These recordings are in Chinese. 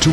中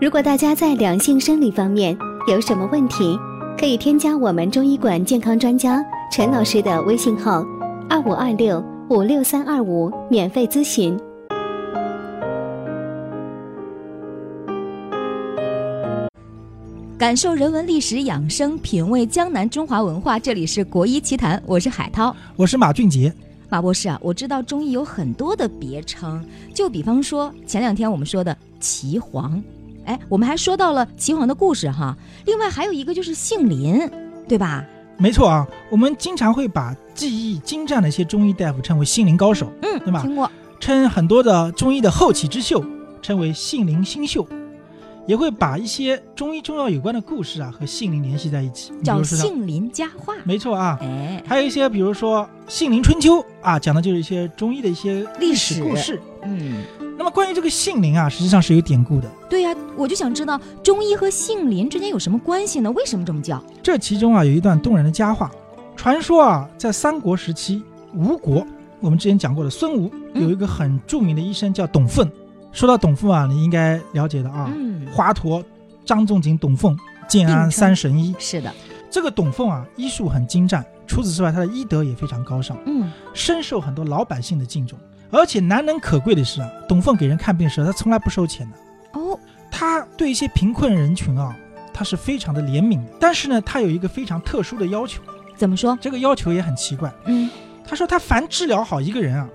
如果大家在两性生理方面有什么问题，可以添加我们中医馆健康专家陈老师的微信号：二五二六五六三二五，免费咨询。感受人文历史养生，品味江南中华文化。这里是国医奇谈，我是海涛。我是马俊杰，马博士啊，我知道中医有很多的别称，就比方说前两天我们说的岐黄，哎，我们还说到了岐黄的故事哈。另外还有一个就是杏林，对吧？没错啊，我们经常会把技艺精湛的一些中医大夫称为杏林高手，嗯，对吧听过，称很多的中医的后起之秀称为杏林新秀，也会把一些中医中药有关的故事啊和杏林联系在一起，你比叫如说像杏林佳话。没错啊，哎，还有一些比如说杏林春秋啊，讲的就是一些中医的一些历史史故事。嗯，那么关于这个杏林啊，实际上是有典故的，对呀、我就想知道中医和杏林之间有什么关系呢？为什么这么叫？这其中啊有一段动人的佳话。传说啊，在三国时期，吴国，我们之前讲过的孙吴，嗯有一个很著名的医生叫董奉。说到董奉啊，你应该了解的啊，嗯，华佗、张仲景、董奉，建安并称三神医。是的，这个董奉啊，医术很精湛，除此之外，他的医德也非常高尚，嗯，深受很多老百姓的敬重。而且难能可贵的是啊，董奉给人看病时，他从来不收钱的。哦，他对一些贫困人群啊，他是非常的怜悯的。但是呢，他有一个非常特殊的要求，怎么说？这个要求也很奇怪。嗯，他说他凡治疗好一个人啊，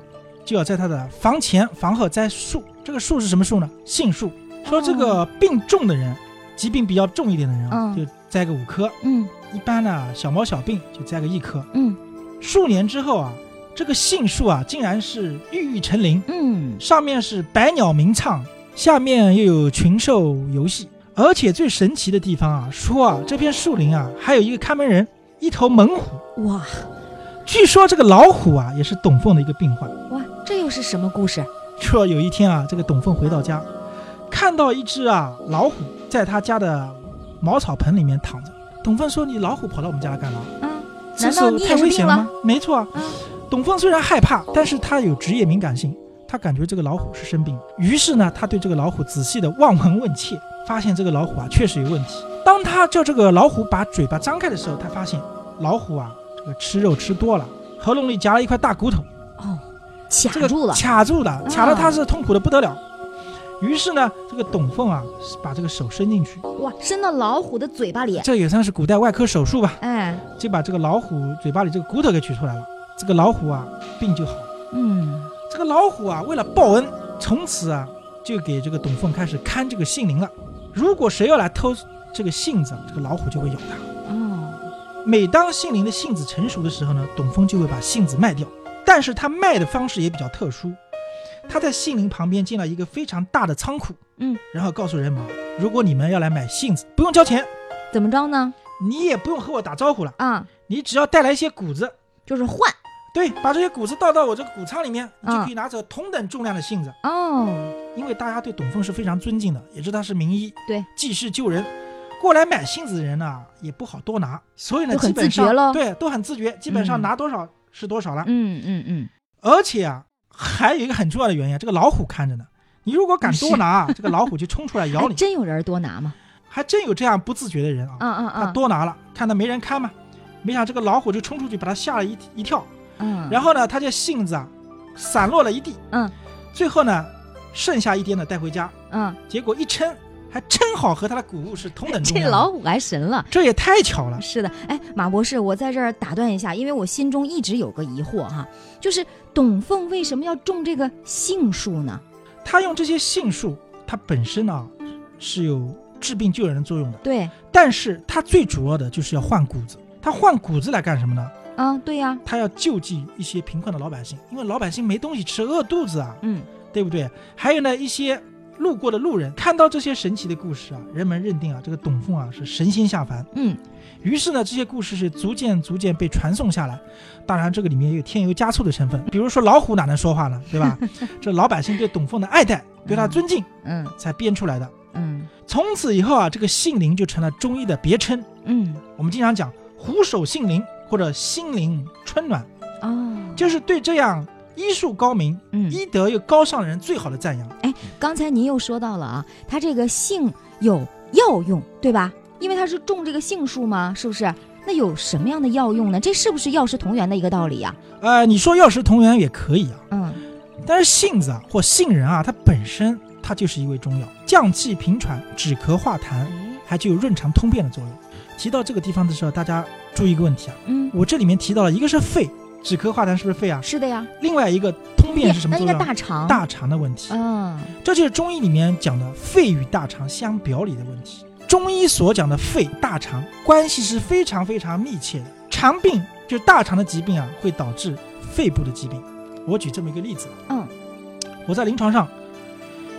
就要在他的房前房后栽树。这个树是什么树呢？杏树。说这个病重的人，疾病比较重一点的人啊，嗯就栽个五棵。嗯一般呢，小毛小病就栽个一棵。嗯数年之后啊，这个杏树啊，竟然是郁郁成林，嗯，上面是百鸟鸣唱，下面又有群兽游戏。而且最神奇的地方啊，说啊，这片树林啊，还有一个看门人，一头猛虎。哇据说这个老虎啊，也是董奉的一个病患。哇，这又是什么故事？说有一天啊，这个董奉回到家，看到一只啊老虎在他家的茅草盆里面躺着。董奉说：“你老虎跑到我们家来干嘛？啊，这难时道候你太也是危病险了吗了？”没错啊。啊？董奉虽然害怕，但是他有职业敏感性，他感觉这个老虎是生病了。于是呢，他对这个老虎仔细的望闻问切，发现这个老虎啊确实有问题。当他叫这个老虎把嘴巴张开的时候，他发现老虎啊这个吃肉吃多了，喉咙里夹了一块大骨头。哦，卡这个住了，嗯卡住了，卡的他是痛苦的不得了。于是呢，这个董奉啊，把这个手伸进去，哇，伸到老虎的嘴巴里，这也算是古代外科手术吧，哎，就把这个老虎嘴巴里这个骨头给取出来了。这个老虎啊，病就好了。嗯，这个老虎啊，为了报恩，从此啊，就给这个董奉开始看这个杏林了。如果谁要来偷这个杏子，这个老虎就会咬它。哦，每当杏林的杏子成熟的时候呢，董奉就会把杏子卖掉。但是他卖的方式也比较特殊，他在杏林旁边建了一个非常大的仓库，嗯，然后告诉人们，如果你们要来买杏子，不用交钱，怎么着呢？你也不用和我打招呼了，啊，你只要带来一些谷子，就是换对，把这些谷子倒到我这个谷仓里面，你就嗯可以拿走同等重量的杏子。哦，因为大家对董奉是非常尊敬的，也知道他是名医，对，济世救人。过来买杏子的人呢、也不好多拿，所以呢，都很基本上自觉咯对，都很自觉，基本上嗯拿多少是多少了。嗯嗯嗯，而且啊，还有一个很重要的原因啊，这个老虎看着呢，你如果敢多拿啊，这个老虎就冲出来咬还 你。哎真有人多拿吗？还真有这样不自觉的人啊，啊啊他啊，多拿了，看到没人看嘛，没想到这个老虎就冲出去把他吓了一一跳，嗯，然后后呢，他这杏子啊散落了一地，嗯最后呢，剩下一点的带回家，嗯，结果一称，还真好和他的谷物是同等重这量。老虎还神了。这也太巧了，是的，哎，马博士，我在这儿打断一下，因为我心中一直有个疑惑哈、就是董奉为什么要种这个杏树呢？他用这些杏树，它本身啊是有治病救人的作用的，对，但是它最主要的就是要换谷子。他换谷子来干什么呢？啊，对呀、他要救济一些贫困的老百姓，因为老百姓没东西吃，饿肚子啊，嗯，对不对？还有呢，一些路过的路人看到这些神奇的故事啊，人们认定啊，这个董奉啊是神仙下凡。嗯，于是呢，这些故事是逐渐逐渐被传颂下来。当然，这个里面也有添油加醋的成分，比如说老虎哪能说话呢，对吧？这老百姓对董奉的爱戴，对他尊敬，嗯才编出来的。嗯从此以后啊，这个杏林就成了中医的别称。嗯，我们经常讲“虎首杏林”或者“心灵春暖哦”，，就是对这样医术高明、嗯，医德又高尚的人最好的赞扬。刚才您又说到了啊，它这个杏有药用，对吧？因为它是种这个杏树嘛，是不是？那有什么样的药用呢？这是不是药食同源的一个道理呀、呃，你说药食同源也可以啊，嗯但是杏子啊或杏仁啊，它本身它就是一味中药，降气平喘、止咳化痰，还具有润肠通便的作用。提到这个地方的时候，大家注意一个问题啊，嗯，我这里面提到了一个是肺，止咳化痰是不是肺啊？是的呀。另外一个通便是什么那作应该用啊？大肠。。大肠的问题，嗯这就是中医里面讲的肺与大肠相表里的问题。中医所讲的肺、大肠关系是非常非常密切的。肠病就是大肠的疾病啊，会导致肺部的疾病。我举这么一个例子，嗯我在临床上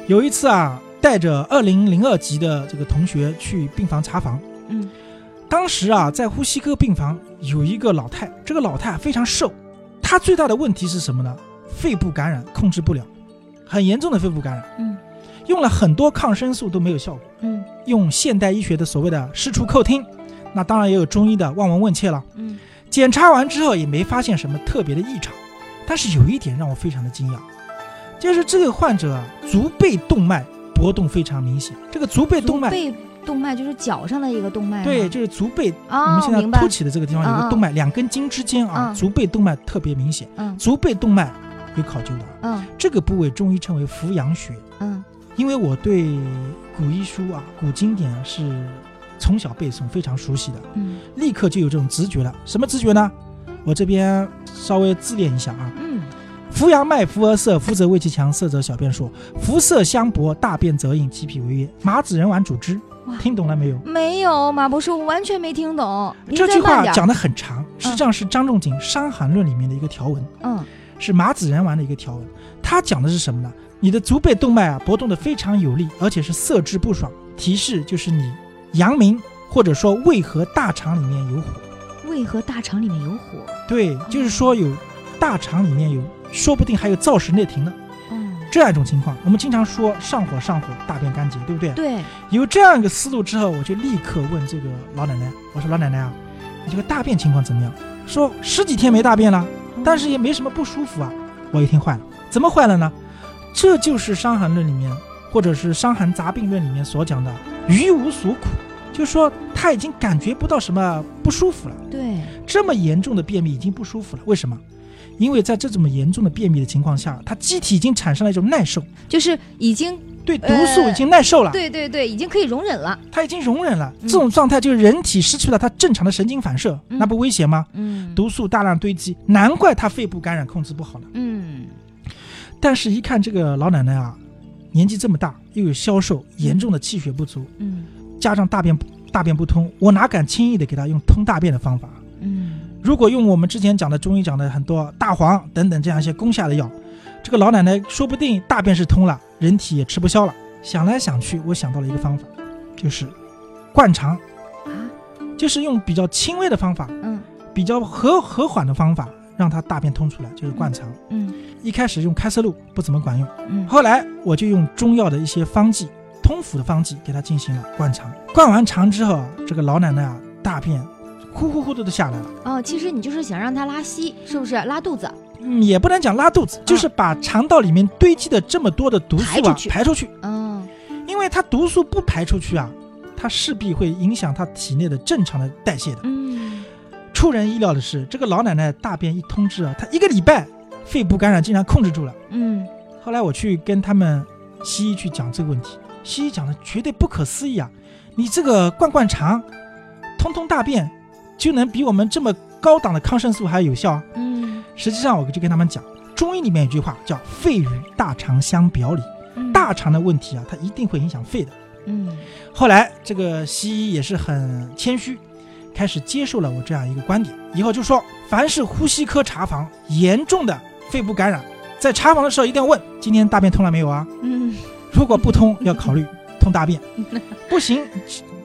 有一次啊，带着二零零二级的这个同学去病房查房，嗯当时啊，在呼吸科病房有一个老太，这个老太非常瘦，她最大的问题是什么呢？肺部感染控制不了，很严重的肺部感染，嗯用了很多抗生素都没有效果。嗯用现代医学的所谓的湿除叩听，那当然也有中医的望闻问切了。嗯检查完之后也没发现什么特别的异常，但是有一点让我非常的惊讶，就是这个患者啊，足背动脉搏动非常明显。这个足背动脉，背动脉就是脚上的一个动脉吗。对，就是足背，我哦们，现在明白凸。起的这个地方有嗯嗯个动脉，两根筋之间啊，嗯足背动脉特别明显。嗯足背动脉有考究的嗯啊，这个部位中医称为扶阳穴。嗯因为我对古医书啊、古经典啊是从小背诵，非常熟悉的，嗯立刻就有这种直觉了。什么直觉呢？我这边稍微自练一下啊。嗯扶阳脉，扶而涩，扶则胃气强，涩则小便数。扶涩相搏，大便则硬，其脾为噎。麻子仁丸主之哇。听懂了没有？没有，马博士，我完全没听懂。您这再句慢话点儿讲的很长，实际上是张仲景《伤寒论》里面的一个条文，嗯是麻子仁丸的一个条文。它讲的是什么呢？你的足背动脉啊，搏动的非常有力，而且是涩之不爽，提示就是你阳明或者说胃和大肠里面有火。为何大肠里面有火？对，就是说有大肠里面有，说不定还有燥湿内停呢。嗯，这样一种情况。我们经常说上火上火，大便干结，对不对？对，有这样一个思路之后，我就立刻问这个老奶奶，我说老奶奶啊，你这个大便情况怎么样？说十几天没大便了，但是也没什么不舒服啊。我一听坏了，怎么坏了呢？这就是《伤寒论》里面，或者是《伤寒杂病论》里面所讲的“余无所苦”，就是说他已经感觉不到什么不舒服了。嗯对，这么严重的便秘已经不舒服了，为什么？因为在这么严重的便秘的情况下，他机体已经产生了一种耐受，就是已经，对毒素已经耐受了，对对对，已经可以容忍了。他已经容忍了。嗯这种状态就是人体失去了它正常的神经反射，嗯那不危险吗？嗯，毒素大量堆积，难怪他肺部感染控制不好了。嗯但是，一看这个老奶奶啊，年纪这么大，又有消瘦，严重的气血不足，嗯加上大便大便不通，我哪敢轻易的给她用通大便的方法？嗯如果用我们之前讲的中医讲的很多大黄等等这样一些攻下的药，这个老奶奶说不定大便是通了，人体也吃不消了。想来想去，我想到了一个方法，就是灌肠，啊就是用比较轻微的方法，嗯比较和和缓的方法，让它大便通出来，就是灌肠。嗯一开始用开塞露不怎么管用，嗯后来我就用中药的一些方剂、通腑的方剂给它进行了灌肠。灌完肠之后啊，这个老奶奶啊，大便呼呼呼的都下来了。哦，其实你就是想让它拉稀，是不是？拉肚子。嗯，也不能讲拉肚子，就是把肠道里面堆积的这么多的毒素啊排啊出去排出去，嗯因为它毒素不排出去啊，它势必会影响它体内的正常的代谢的。嗯，出人意料的是，这个老奶奶大便一通知啊，她一个礼拜肺部感染竟然控制住了。嗯后来我去跟他们西医去讲这个问题，西医讲的绝对不可思议啊！你这个灌灌肠，通通大便，就能比我们这么高档的抗生素还有效啊？嗯实际上，我就跟他们讲，中医里面有句话叫“肺与大肠相表里”，嗯，大肠的问题啊，它一定会影响肺的。嗯后来，这个西医也是很谦虚，开始接受了我这样一个观点，以后就说，凡是呼吸科查房严重的肺部感染，在查房的时候一定要问今天大便通了没有啊？嗯如果不通，要考虑通大便，不行，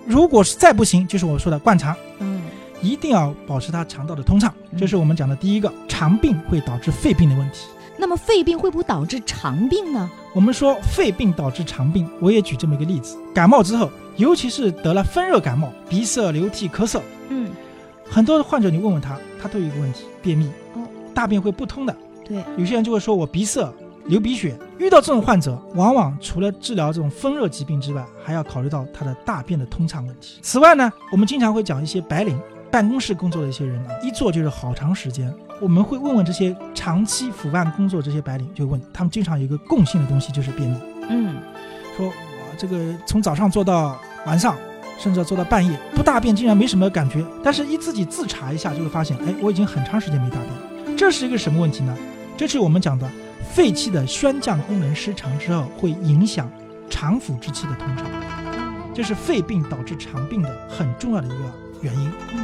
如果是再不行，就是我说的灌肠，嗯一定要保持它肠道的通畅，嗯这是我们讲的第一个，肠病会导致肺病的问题。那么肺病会不会导致肠病呢？我们说肺病导致肠病，我也举这么一个例子：感冒之后，尤其是得了风热感冒，鼻塞、流涕、咳嗽，嗯，很多患者你问问他，他都有一个问题，便秘，哦，大便会不通的。对，有些人就会说我鼻塞、流鼻血。遇到这种患者，往往除了治疗这种风热疾病之外，还要考虑到他的大便的通畅问题。此外呢，我们经常会讲一些白领、办公室工作的一些人啊，一坐就是好长时间。我们会问问这些长期伏案工作这些白领，就问他们经常有一个共性的东西，就是便秘。嗯说我这个从早上做到晚上，甚至要做到半夜，不大便竟然没什么感觉，但是一自己自查一下就会发现，哎，我已经很长时间没大便了。这是一个什么问题呢？这是我们讲的肺气的宣降功能失常之后，会影响肠腑之气的通畅，这是肺病导致肠病的很重要的一个原因。嗯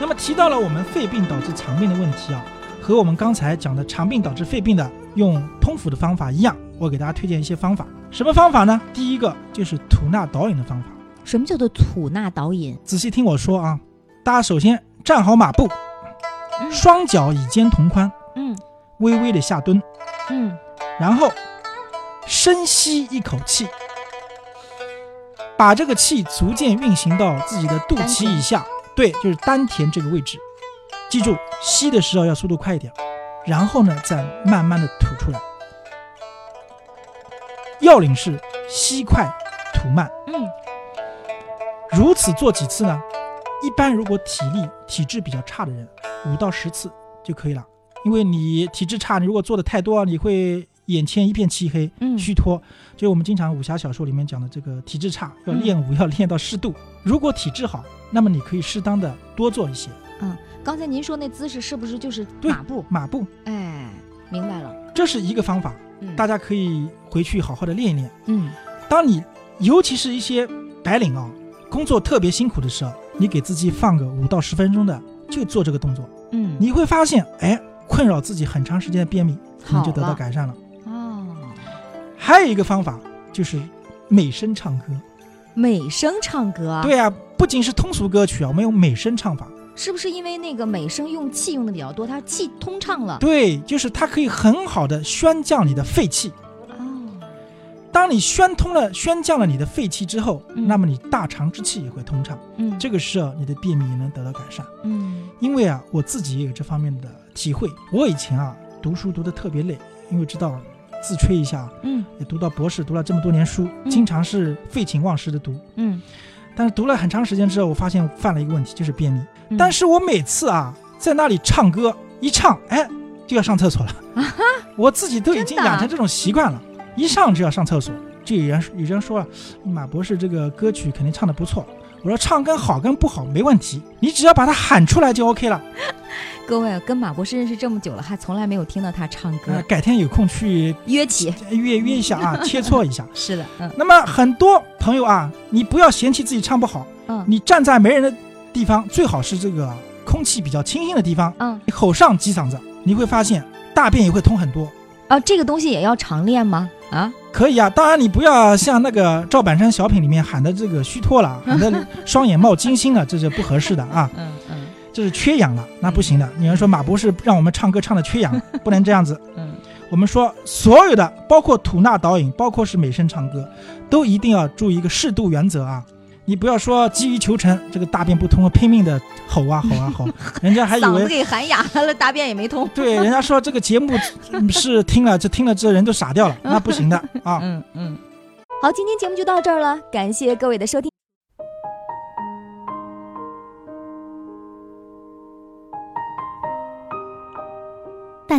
那么提到了我们肺病导致肠病的问题啊，和我们刚才讲的肠病导致肺病的用通腑的方法一样，我给大家推荐一些方法。什么方法呢？第一个就是吐纳导引的方法。什么叫做吐纳导引？仔细听我说啊，大家首先站好马步，嗯双脚与肩同宽，嗯微微的下蹲，嗯然后深吸一口气，把这个气逐渐运行到自己的肚脐以下，对，就是丹田这个位置。记住，吸的时候要速度快一点，然后呢，再慢慢的吐出来。要领是吸快吐慢，嗯如此做几次呢？一般如果体力体质比较差的人，五到十次就可以了。因为你体质差，你如果做的太多，你会眼前一片漆黑，嗯虚脱。就是我们经常武侠小说里面讲的这个体质差，要嗯练武 要练到适度。如果体质好，那么你可以适当的多做一些嗯。刚才您说那姿势是不是就是对马步？马步，哎，明白了。这是一个方法，嗯，大家可以回去好好的练一练。嗯当你尤其是一些白领啊、工作特别辛苦的时候，你给自己放个五到十分钟的，就做这个动作。嗯，你会发现，哎，困扰自己很长时间的便秘可能就得好到了改善了。哦，还有一个方法就是美声唱歌。美声唱歌，，对啊，不仅是通俗歌曲啊，我们有美声唱法。是不是因为那个美声用气用的比较多，它气通畅了？对，就是它可以很好的宣降你的肺气。哦，当你宣通了、宣降了你的肺气之后，嗯那么你大肠之气也会通畅。嗯，这个时候你的便秘也能得到改善。嗯因为啊，我自己也有这方面的体会。我以前啊，读书读得特别累，因为知道自吹一下啊，嗯也读到博士，读了这么多年书，嗯经常是废寝忘食的读。嗯，但是读了很长时间之后，我发现犯了一个问题，就是便秘。嗯但是我每次啊，在那里唱歌一唱，哎，就要上厕所了。我自己都已经啊真的啊养成这种习惯了，一上就要上厕所。就有人有人说了，哎马博士这个歌曲肯定唱得不错。我说唱跟好跟不好没问题，你只要把它喊出来就 OK 了。各位跟马博士认识这么久了，还从来没有听到他唱呃，歌，改天有空去约起约约一下 啊，切磋一下。是的，嗯那么很多朋友啊，你不要嫌弃自己唱不好，嗯你站在没人的地方，最好是这个空气比较清新的地方，嗯，你吼上几嗓子，你会发现大便也会通很多。啊，这个东西也要常练吗？啊，可以啊，当然你不要像那个赵本山小品里面喊的这个虚 脱了，喊的双眼冒金星了，这是不合适的啊，嗯嗯这是缺氧了，那不行的。有人说马博士让我们唱歌唱的缺氧，不能这样子。嗯我们说所有的，包括吐纳导引，包括是美声唱歌，都一定要注意一个适度原则啊。你不要说急于求成，这个大便不通，拼命的吼啊吼啊吼，人家还以嗓子为给喊哑了，大便也没通。对，人家说这个节目嗯是听了，这听了这人都傻掉 了，那不行的啊。嗯嗯，好，今天节目就到这儿了，感谢各位的收听。大